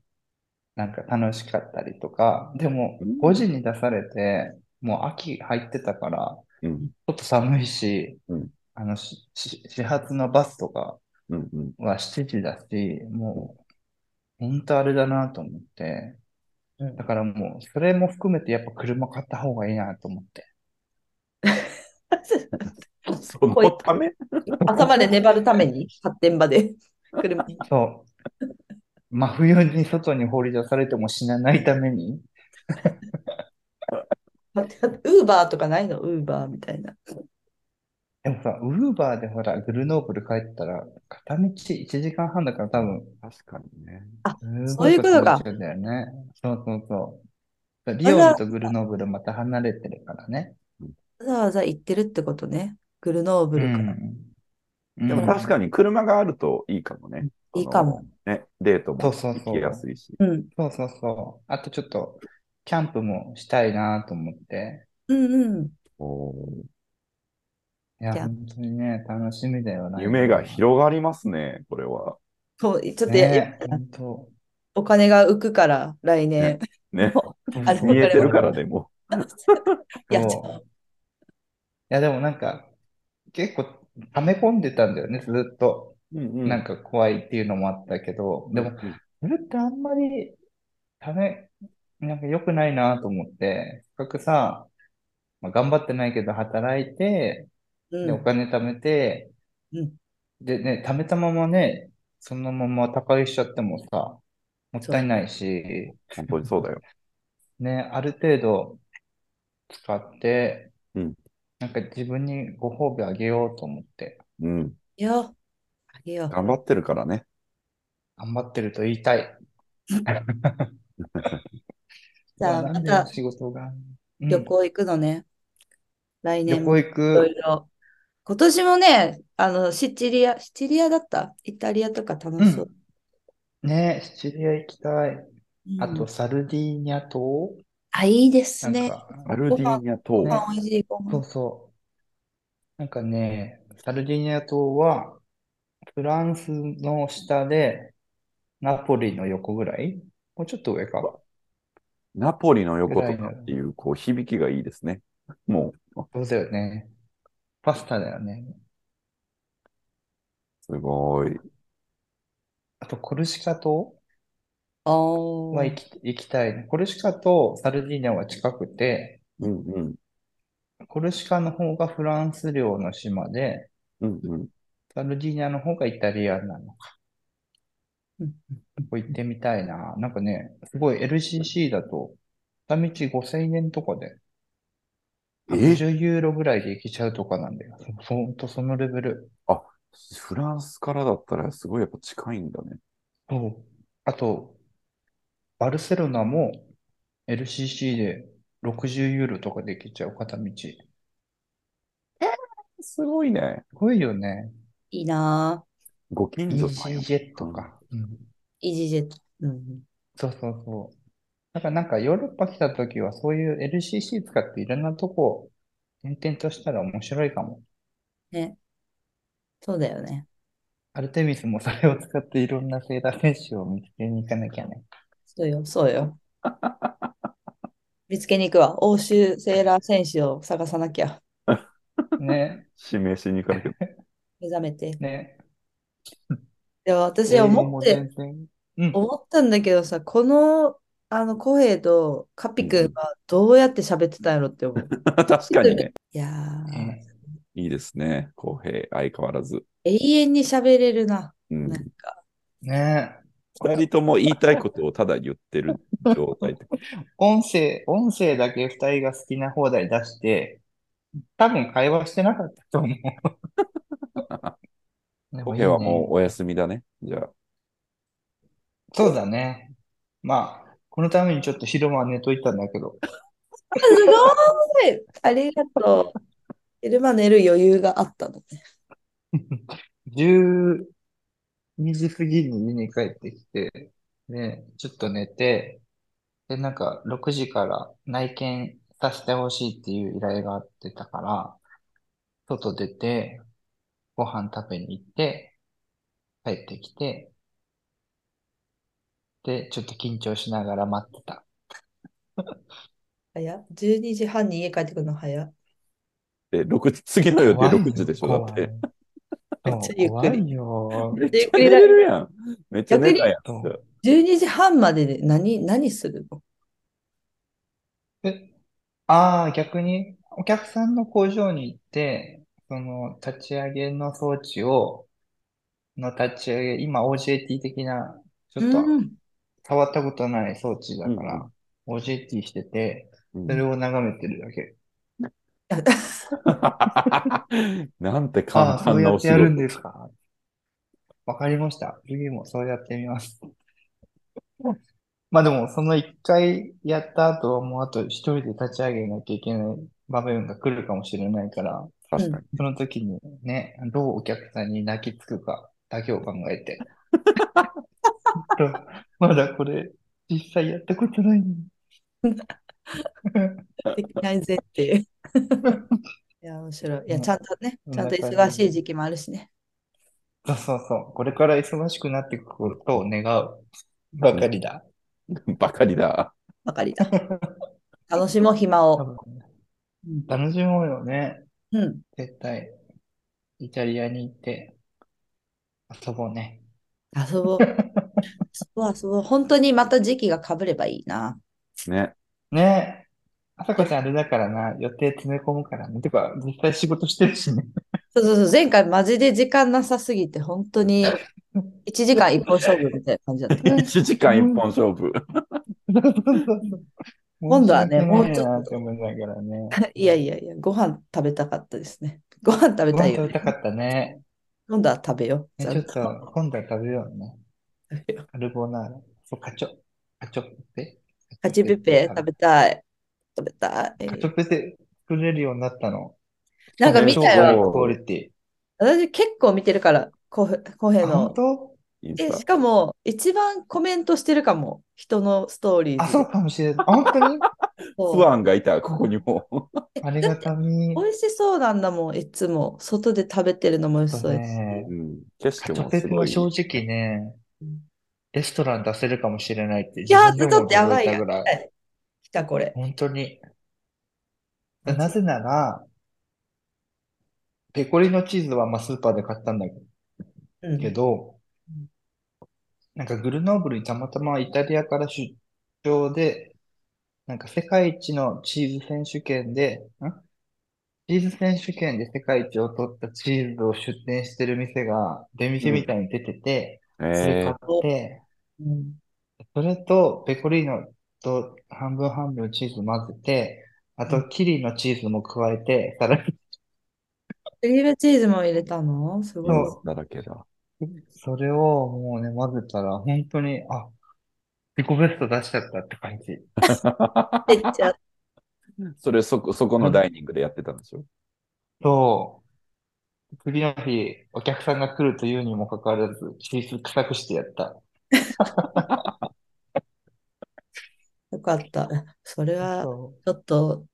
Speaker 3: なんか楽しかったりとか、でも
Speaker 1: うん
Speaker 3: 5時に出されて、もう秋入ってたから、
Speaker 1: うん。
Speaker 3: ちょっと寒いし
Speaker 1: うん、
Speaker 3: あの、しし始発のバスとか
Speaker 1: うん。うん。
Speaker 3: は7時だし、もう、本当あれだなと思って、
Speaker 4: うん
Speaker 3: だからもう、それも含めてやっぱ車買った方がいいなと思って。
Speaker 1: そのため
Speaker 4: 朝まで粘るために、発展場で、車に。
Speaker 3: そう。真冬に外に放り出されても死なないために、
Speaker 4: ウーバーとかないのウーバーみたいな。
Speaker 3: でもさ、ウーバーでほら、グルノーブル帰ったら、片道1時間半だから多分、
Speaker 1: 確かにね。
Speaker 3: す
Speaker 4: そういう
Speaker 3: ごく
Speaker 4: ことか
Speaker 3: 気持ちいいんだよね。そうそうそう。リヨンとグルノーブルまた離れてるからね。
Speaker 4: わざわざ行ってるってことね。グルノーブルから。
Speaker 3: うん。
Speaker 1: でも確かに車があるといいかもね。
Speaker 4: いいかも。
Speaker 1: ね、デートも
Speaker 3: そうそう
Speaker 1: 行
Speaker 3: そう
Speaker 1: きやすいし。
Speaker 4: うん。
Speaker 3: うん。そうそうそう。あとちょっと、キャンプもしたいなと思って。
Speaker 4: うんうん。
Speaker 1: お
Speaker 3: いや、
Speaker 4: キャン
Speaker 3: 本当にね、楽しみだよ
Speaker 1: ー
Speaker 3: な。
Speaker 1: 夢が広がりますね、これは。
Speaker 4: そう、ちょっとや
Speaker 3: ねえ、本当。
Speaker 4: お金が浮くから、来年。
Speaker 1: ね、
Speaker 4: あれ
Speaker 1: 見えてるからでも。
Speaker 4: やっちゃ
Speaker 3: そういや、でもなんか、結構溜め込んでたんだよね、ずっと。
Speaker 1: な
Speaker 3: なん、か怖いっていうのもあったけど、でも、それってあんまり溜め、なんか良くないなと思って、せっかくさ、まあ、頑張ってないけど働いて、
Speaker 4: う
Speaker 3: で、
Speaker 4: ん
Speaker 3: お金貯めて、
Speaker 4: うん
Speaker 3: でね、貯めたままね、そのまま他界しちゃってもさ、もったいないし、
Speaker 1: 本当にそうだよ。
Speaker 3: ね、ある程度使って
Speaker 1: うん、
Speaker 3: なんか自分にご褒美あげようと思って、
Speaker 1: うん。
Speaker 4: いや、あげよう。
Speaker 1: 頑張ってるからね。
Speaker 3: 頑張ってると言いた い。
Speaker 4: じゃあ、
Speaker 3: うわ
Speaker 4: ま
Speaker 3: なんで
Speaker 4: た
Speaker 3: 仕事が。うん
Speaker 4: 旅行行くのね。来
Speaker 3: 旅
Speaker 4: 年も
Speaker 3: 行
Speaker 4: い
Speaker 3: 行
Speaker 4: ろい
Speaker 3: く。
Speaker 4: ろ。今年もね、あの、シチリア、シチリアだったイタリアとか楽しそう。
Speaker 3: ね、シチリア行きたい。あ
Speaker 4: う
Speaker 3: と、
Speaker 4: ん
Speaker 3: サルディーニャ島
Speaker 4: あ、いいです
Speaker 3: なん
Speaker 4: ね。
Speaker 3: か、
Speaker 1: アルディーニャ
Speaker 4: ご
Speaker 1: 島。
Speaker 4: 飯美味しい、ご
Speaker 3: そ
Speaker 4: 飯
Speaker 3: う。そう。なんかね、サルディーニャ島は、フランスの下で、ナポリの横ぐらいもうちょっと上か。
Speaker 1: ナポリの横とかっていう、こう、響きがいいですね。もう、
Speaker 3: そうだよね。パスタだよね。
Speaker 1: すごい。
Speaker 3: あと、コルシカ島
Speaker 4: あ
Speaker 3: は
Speaker 4: ー
Speaker 3: 行き、行きたいね。コルシカとサルディーニャは近くて、
Speaker 1: うんうん。
Speaker 3: コルシカの方がフランス領の島で、
Speaker 1: うんうん。
Speaker 3: サルディーニャの方がイタリアなのか。
Speaker 4: うん
Speaker 3: ここ行ってみたいな。なんかね、すごい LCC だと、片道5000円とかで、
Speaker 1: え
Speaker 3: 80ユーロぐらいで行けちゃうとかなんだよ。そそほんとそのレベル。
Speaker 1: フランスからだったらすごいやっぱ近いんだね。
Speaker 3: そう。あと、バルセロナも LCC で60ユーロとかで行けちゃう、片道。す
Speaker 1: すごいね。
Speaker 3: ごいよね。
Speaker 4: いいなぁ。
Speaker 1: ご近
Speaker 3: イ
Speaker 1: 所
Speaker 3: ー
Speaker 1: さ
Speaker 3: ジ
Speaker 1: ん
Speaker 3: ー
Speaker 1: や
Speaker 3: ジェットか。うん
Speaker 4: イージージェット。うん。
Speaker 3: そうそうそう。だからなんかヨーロッパ来た時はそういう LCC 使っていろんなとこ転々としたら面白いかも。
Speaker 4: そうだよね。
Speaker 3: アルテミスもそれを使っていろんなセーラー選手を見つけに行かなきゃ ね。
Speaker 4: そうよ、そうよ。見つけに行くわ。欧州セーラー選手を探さなきゃ。
Speaker 3: ね、
Speaker 1: 指名しに行かれて る。
Speaker 4: 目覚めて。
Speaker 3: ね。
Speaker 4: でも私
Speaker 3: 英語
Speaker 4: 思
Speaker 3: も
Speaker 4: って、
Speaker 3: 全然。うん。
Speaker 4: 思ったんだけどさ、この、あの、コヘイとカピ君はどうやって喋ってたんやろって思う。
Speaker 1: 確かにね。
Speaker 4: いやー、
Speaker 3: ね
Speaker 1: いいですね。公平、相変わらず。
Speaker 4: 永遠に喋れるな。
Speaker 1: うん
Speaker 4: なんか、
Speaker 3: ね。
Speaker 1: 二人とも言いたいことをただ言ってる状態ってこと
Speaker 3: 音声、音声だけ二人が好きな放題出して、多分会話してなかったと思 う。 で
Speaker 1: コ
Speaker 3: もい
Speaker 1: ヘはい
Speaker 3: ね
Speaker 1: もうお休みだね。じゃあ、
Speaker 3: そうだね。まあ、このためにちょっと昼間は寝といたんだけど。
Speaker 4: あすごいありがとう。昼間寝る余裕があったのね。
Speaker 3: 12時過ぎに家に帰ってきて、で、ちょっと寝て、で、なんか6時から内見させてほしいっていう依頼があってたから、外出て、ご飯食べに行って、帰ってきて、で、ちょっと緊張しながら待ってた。
Speaker 4: 早っ ?12 時半に家帰ってくるの早っ。
Speaker 1: え、六時、次の予定
Speaker 3: 怖い
Speaker 1: 6時でしょ、だっ
Speaker 3: 怖
Speaker 1: て。
Speaker 3: い
Speaker 4: めっちゃゆっくり
Speaker 3: 怖いよ。
Speaker 1: めっちゃ寝れるやん。めっちゃ寝たやん。
Speaker 4: 12時半までで何、何するの
Speaker 3: え、ああ、逆に、お客さんの工場に行って、その、立ち上げの装置を、の立ち上げ、今 OJT 的な、ちょっと
Speaker 4: うん
Speaker 3: 触ったことない装置だか
Speaker 1: うん
Speaker 3: ら、OJT してて、
Speaker 1: うん
Speaker 3: それを眺めてるだけ。
Speaker 1: なん て簡
Speaker 3: ああ、そ
Speaker 1: 単
Speaker 3: うや
Speaker 1: な
Speaker 3: っ
Speaker 1: お
Speaker 3: て
Speaker 1: 仕
Speaker 3: やるん
Speaker 1: 事。
Speaker 3: ですか。わかりました。次もそうやってみます。まあでも、その一回やった後はもうあと一人で立ち上げなきゃいけない場面が来るかもしれないから、
Speaker 1: 確かに。
Speaker 3: その時にね、どうお客さんに泣きつくかだけを考え て。まだこれ、実際やったことないのに。
Speaker 4: できないぜっ ていう。いや、面白い。いや、ちゃんとね、
Speaker 3: うん
Speaker 4: ちゃんと忙しい時期もあるしね。
Speaker 3: そうそうそう。これから忙しくなっていくことを願うばかりだ。
Speaker 1: ばかりだ。
Speaker 4: ばか りだ。楽しもう、暇
Speaker 3: 多分
Speaker 4: を。
Speaker 3: 楽しもうよね。
Speaker 4: うん。
Speaker 3: 絶対。イタリアに行って遊ぼうね。
Speaker 4: 遊ぼう。遊ぼう、遊ぼう。本当にまた時期がかぶればいいな。
Speaker 1: ね。
Speaker 3: ねえ。あさこちゃんあれだからな、予定詰め込むからね。てか、実際仕事してるしね。
Speaker 4: そうそうそう、前回マジで時間なさすぎて、本当に1時間一本勝負みたいな感じだったね。
Speaker 1: 1時間1本勝 負。
Speaker 3: そうそうそう
Speaker 4: 今度はね
Speaker 3: 申し訳
Speaker 4: もうちょっと
Speaker 3: ないなて思いながらね。
Speaker 4: いやいやいや、ご飯食べたかったですね。ご飯食べ
Speaker 3: ご
Speaker 4: た
Speaker 3: 飯
Speaker 4: い
Speaker 3: 食
Speaker 4: よ
Speaker 3: べた
Speaker 4: ね。
Speaker 3: かったね。
Speaker 4: 今度は食べよう。
Speaker 3: ね
Speaker 4: ちゃ
Speaker 3: ちょ
Speaker 4: ん
Speaker 3: っと、今度は食べようね。カルボナーラ。そう、カチョ。カチョッペ。
Speaker 4: カチペペ食べたい。食べたい。
Speaker 3: カチョッペで作れるようになったの。
Speaker 4: なんか見たよ。
Speaker 3: 超クオリテ
Speaker 4: 私結構見てるから、コヘコヘ
Speaker 3: ィ。あ、
Speaker 4: の
Speaker 3: 本。当
Speaker 1: イン
Speaker 4: え、
Speaker 1: ス
Speaker 4: しかも、一番コメントしてるかも。人のストーリー
Speaker 3: あ、
Speaker 4: ズ
Speaker 3: そうかもし れない。あ本当に
Speaker 1: タ。
Speaker 4: そう
Speaker 1: ファンがいた、ここにも。
Speaker 3: ありがたみ。
Speaker 4: 美味しそうなんだもん、いつも。外で食べてるのも美味しそうです。
Speaker 3: ね
Speaker 1: うん景
Speaker 3: カ
Speaker 1: 色
Speaker 3: チョ
Speaker 1: も
Speaker 3: ペ
Speaker 1: す
Speaker 3: ペ
Speaker 1: ご。
Speaker 3: はい正直ね
Speaker 4: うん、
Speaker 3: レストラン出せるかもしれないって
Speaker 4: いやー、
Speaker 3: 自分
Speaker 4: ち
Speaker 3: で
Speaker 4: ょっ
Speaker 3: も
Speaker 4: とやば
Speaker 3: 驚い
Speaker 4: いや
Speaker 3: たぐらい。
Speaker 4: 来た、これ。
Speaker 3: 本当に。なぜなら、ペコリのチーズはまあスーパーで買ったんだ
Speaker 4: うん
Speaker 3: けど
Speaker 4: うん、
Speaker 3: なんかグルノーブルにたまたまイタリアから出張で、なんか世界一のチーズ選手権で、んチーズ選手権で世界一を取ったチーズを出店してる店が出店みたいに出てて、それ
Speaker 1: え
Speaker 3: 買
Speaker 1: ー
Speaker 3: って、
Speaker 4: うん
Speaker 3: それと、ペコリーノと半分半分チーズ混ぜて、あと、キリのチーズも加えて、さらに、
Speaker 4: クリームチーズも入れたのすごい。
Speaker 3: そ
Speaker 1: だらけだ。
Speaker 3: それをもうね、混ぜたら、本当に、あ、自己ベスト出しちゃったって感じ。
Speaker 4: 入っちゃう
Speaker 1: それ、そこ、そこのダイニングでやってたんでしょ
Speaker 3: そう。次の日、お客さんが来るというにもかかわらず、チーズ臭くしてやった。
Speaker 4: よかった。 それは、
Speaker 3: そう。
Speaker 4: ちょっと、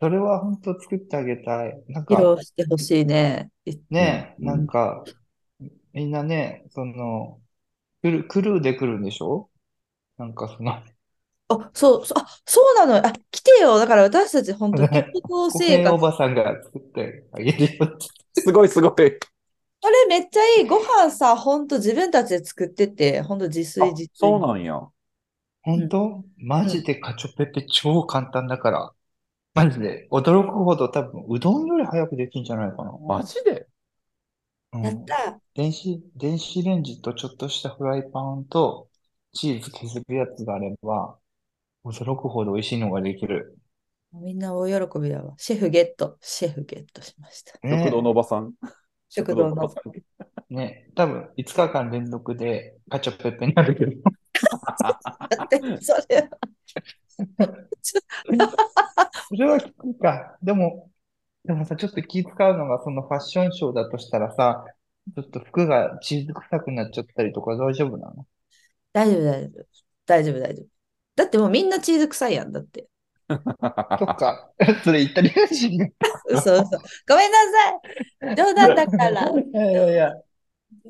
Speaker 3: それは本当作ってあげたい。なん
Speaker 4: 披
Speaker 3: か、
Speaker 4: 露してほしいね。い
Speaker 3: ね
Speaker 1: うん
Speaker 3: なんか、みんなね、その、クル、クルーで来るんでしょなんかその、
Speaker 4: あ、そう、そう、あ、そうなのよ。あ、来てよ。だから私たち、本当、
Speaker 3: ね
Speaker 4: 結婚
Speaker 3: ご
Speaker 4: 生
Speaker 3: めんお
Speaker 4: 活。
Speaker 3: ばさんが作ってあげるよって。
Speaker 1: すごいすごい。
Speaker 4: あれ、めっちゃいい。ご飯さ、本当自分たちで作ってて、本当自
Speaker 1: あ
Speaker 4: 炊自炊。
Speaker 1: そうなんや。
Speaker 3: 本当マジでカチョペペ超簡単だから。マジで驚くほど多分うどんより早くできんじゃないかな。
Speaker 1: マジで
Speaker 3: うん
Speaker 4: やった。
Speaker 3: 電子、電子レンジとちょっとしたフライパンとチーズ削るやつがあれば驚くほど美味しいのができる。
Speaker 4: みんな大喜びだわ。シェフゲット。シェフゲットし ました。
Speaker 1: 食
Speaker 3: ね
Speaker 1: 堂のおばさん。
Speaker 4: 食堂の
Speaker 1: おばさん。
Speaker 3: ね、多分5日間連続でカチョペペになるけど。
Speaker 4: だって、それは、
Speaker 3: それは聞くか。でも、でもさ、ちょっと気使うのが、そのファッションショーだとしたらさ、ちょっと服がチーズ臭くなっちゃったりとか大丈夫なの
Speaker 4: 大丈夫、大丈夫。大丈夫、大丈夫。だってもうみんなチーズ臭いやんだって。
Speaker 3: とか、 それイタリア人が。
Speaker 4: 嘘嘘。ごめんなさい。冗談だから。
Speaker 3: いやいやいや。い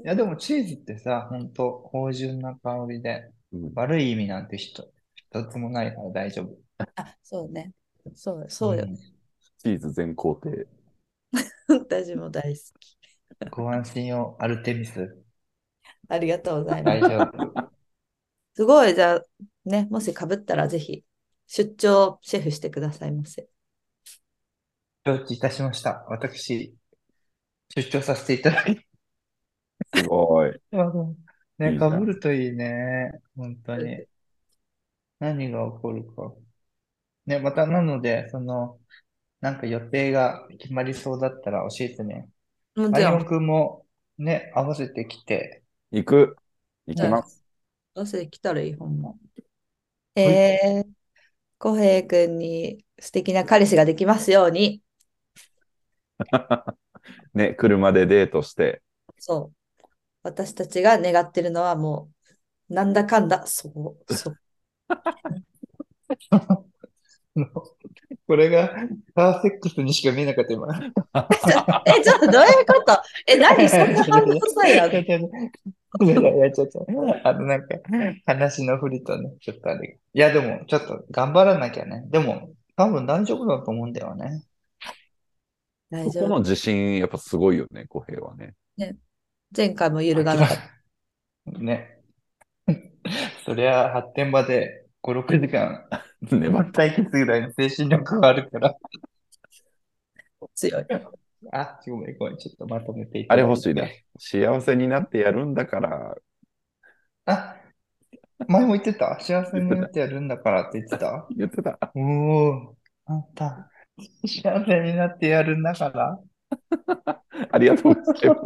Speaker 3: や、でもチーズってさ、ほんと、芳醇な香りで、
Speaker 1: うん
Speaker 3: 悪い意味なんて人、一つもないから大丈夫。
Speaker 4: あ、そうね。そう、そうよ。
Speaker 1: チーズ全工程。
Speaker 4: 私も大好き。
Speaker 3: うんご安心を、アルテミ ス。
Speaker 4: ありがとうございます
Speaker 3: 大。丈夫。
Speaker 4: すごい、じゃあ、ね、もしかぶったらぜひ、出張シェフしてくださいませ。
Speaker 3: 承知いたしました。私、出張させていただき
Speaker 1: すごい。
Speaker 3: ます。
Speaker 1: い
Speaker 3: ね、
Speaker 1: いな
Speaker 3: かぶるといいね。本当に。何が起こるか。ね、またなので、その、なんか予定が決まりそうだったら教えてね。
Speaker 4: も
Speaker 3: あ
Speaker 4: ちろ
Speaker 3: い
Speaker 4: ん、
Speaker 3: くんもね、合わせてきて。
Speaker 1: 行く。行き ます。
Speaker 4: どうせ来たらいい、ほんま。えー、浩平君に素敵な彼氏ができますように。
Speaker 1: ね、車でデートして。
Speaker 4: そう。私たちが願ってるのはもう、なんだかんだ、そう、そう。
Speaker 3: これがカーセックスにしか見えなかった今。
Speaker 4: え、ちょっとどういうことえ、何そんな反応さ
Speaker 3: い
Speaker 4: え
Speaker 3: や
Speaker 4: や
Speaker 3: いや
Speaker 4: る
Speaker 3: いやいやいや、ちょっと、あのなんか、話の振りとね、ちょっとあれ。いや、でも、ちょっと頑張らなきゃね。でも、多分大丈夫だと思うんだよね。
Speaker 4: 大
Speaker 1: そ
Speaker 4: 丈
Speaker 1: こ
Speaker 4: 夫。
Speaker 1: の自信、やっぱすごいよね、小平はね。
Speaker 4: 前回も揺るがなかった。
Speaker 3: ね。そりゃ、発展場で5、6時間、
Speaker 1: 粘っ
Speaker 3: 対決ぐらいの精神力があるから。
Speaker 4: 強い。
Speaker 3: あ、ごめん、ごめん、ちょっとまとめてい
Speaker 1: あ
Speaker 3: た
Speaker 1: れ
Speaker 3: だいて
Speaker 1: 欲しいね。幸せになってやるんだから、
Speaker 3: あ、前も言ってた幸せになってやるんだからって言ってた
Speaker 1: 言ってた。
Speaker 3: おお、あんた、幸せになってやるんだから。
Speaker 1: ありがとうございます。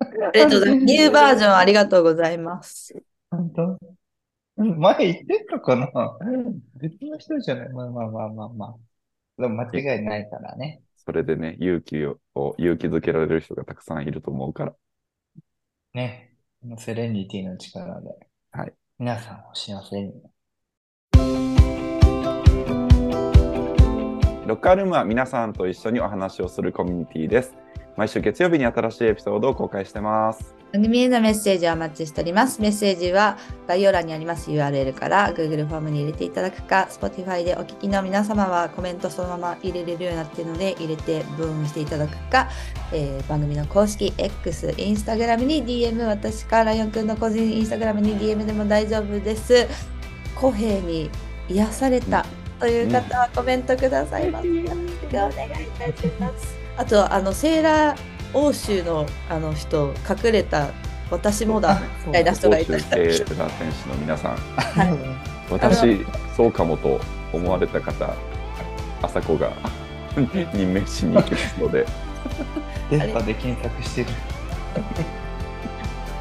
Speaker 4: ありがとうございます。ニューバージョンありがとうございます。
Speaker 3: 本当前言ってたかな別の人じゃないまあまあまあまあまあ。でも間違いないからね。
Speaker 1: それでね、勇気を、勇気づけられる人がたくさんいると思うから。
Speaker 3: ね。このセレニティの力で。
Speaker 1: はい。
Speaker 3: 皆さんを幸せに。
Speaker 1: ロッカールームは皆さんと一緒にお話をするコミュニティです。毎週月曜日に新しいエピソードを公開してます。
Speaker 4: 番組へのメッセージをお待ちしております。メッセージは概要欄にあります URL から Google フォームに入れていただくか、Spotify でお聞きの皆様はコメントそのまま入れれるようになっているので、入れてブームしていただくか、えー番組の公式 X、Instagram に DM、私かライオンくんの個人 Instagram に DM でも大丈夫です。公平に癒されたという方はコメントくださいます。よろしくお願いいたします。あと、あの、セーラー欧州のあの人、隠れた私もだ。
Speaker 3: そう
Speaker 4: みたいな人がいた
Speaker 1: 欧州系ラ選手の皆さん、私、そうかもと思われた方、朝子が 任命しに行きますので、
Speaker 3: 電波で検索してる。
Speaker 4: ぜ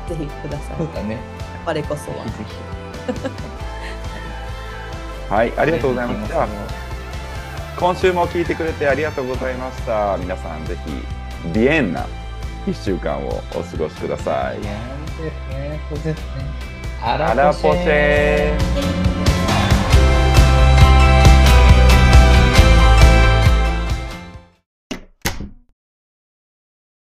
Speaker 4: ひください
Speaker 3: そう。だね。
Speaker 4: 我こそ
Speaker 3: ぜ
Speaker 4: は
Speaker 3: ひ。ぜひ。
Speaker 1: はい、ありがとうございま
Speaker 3: ぜ
Speaker 1: し
Speaker 3: ひ
Speaker 1: た。今週も聞いてくれてありがとうございました。皆さん、ぜひ、ビエンナ、1週間をお過ごしください
Speaker 3: い。やー、そうですね。そうですね。ア
Speaker 1: アラポシェーン
Speaker 4: い。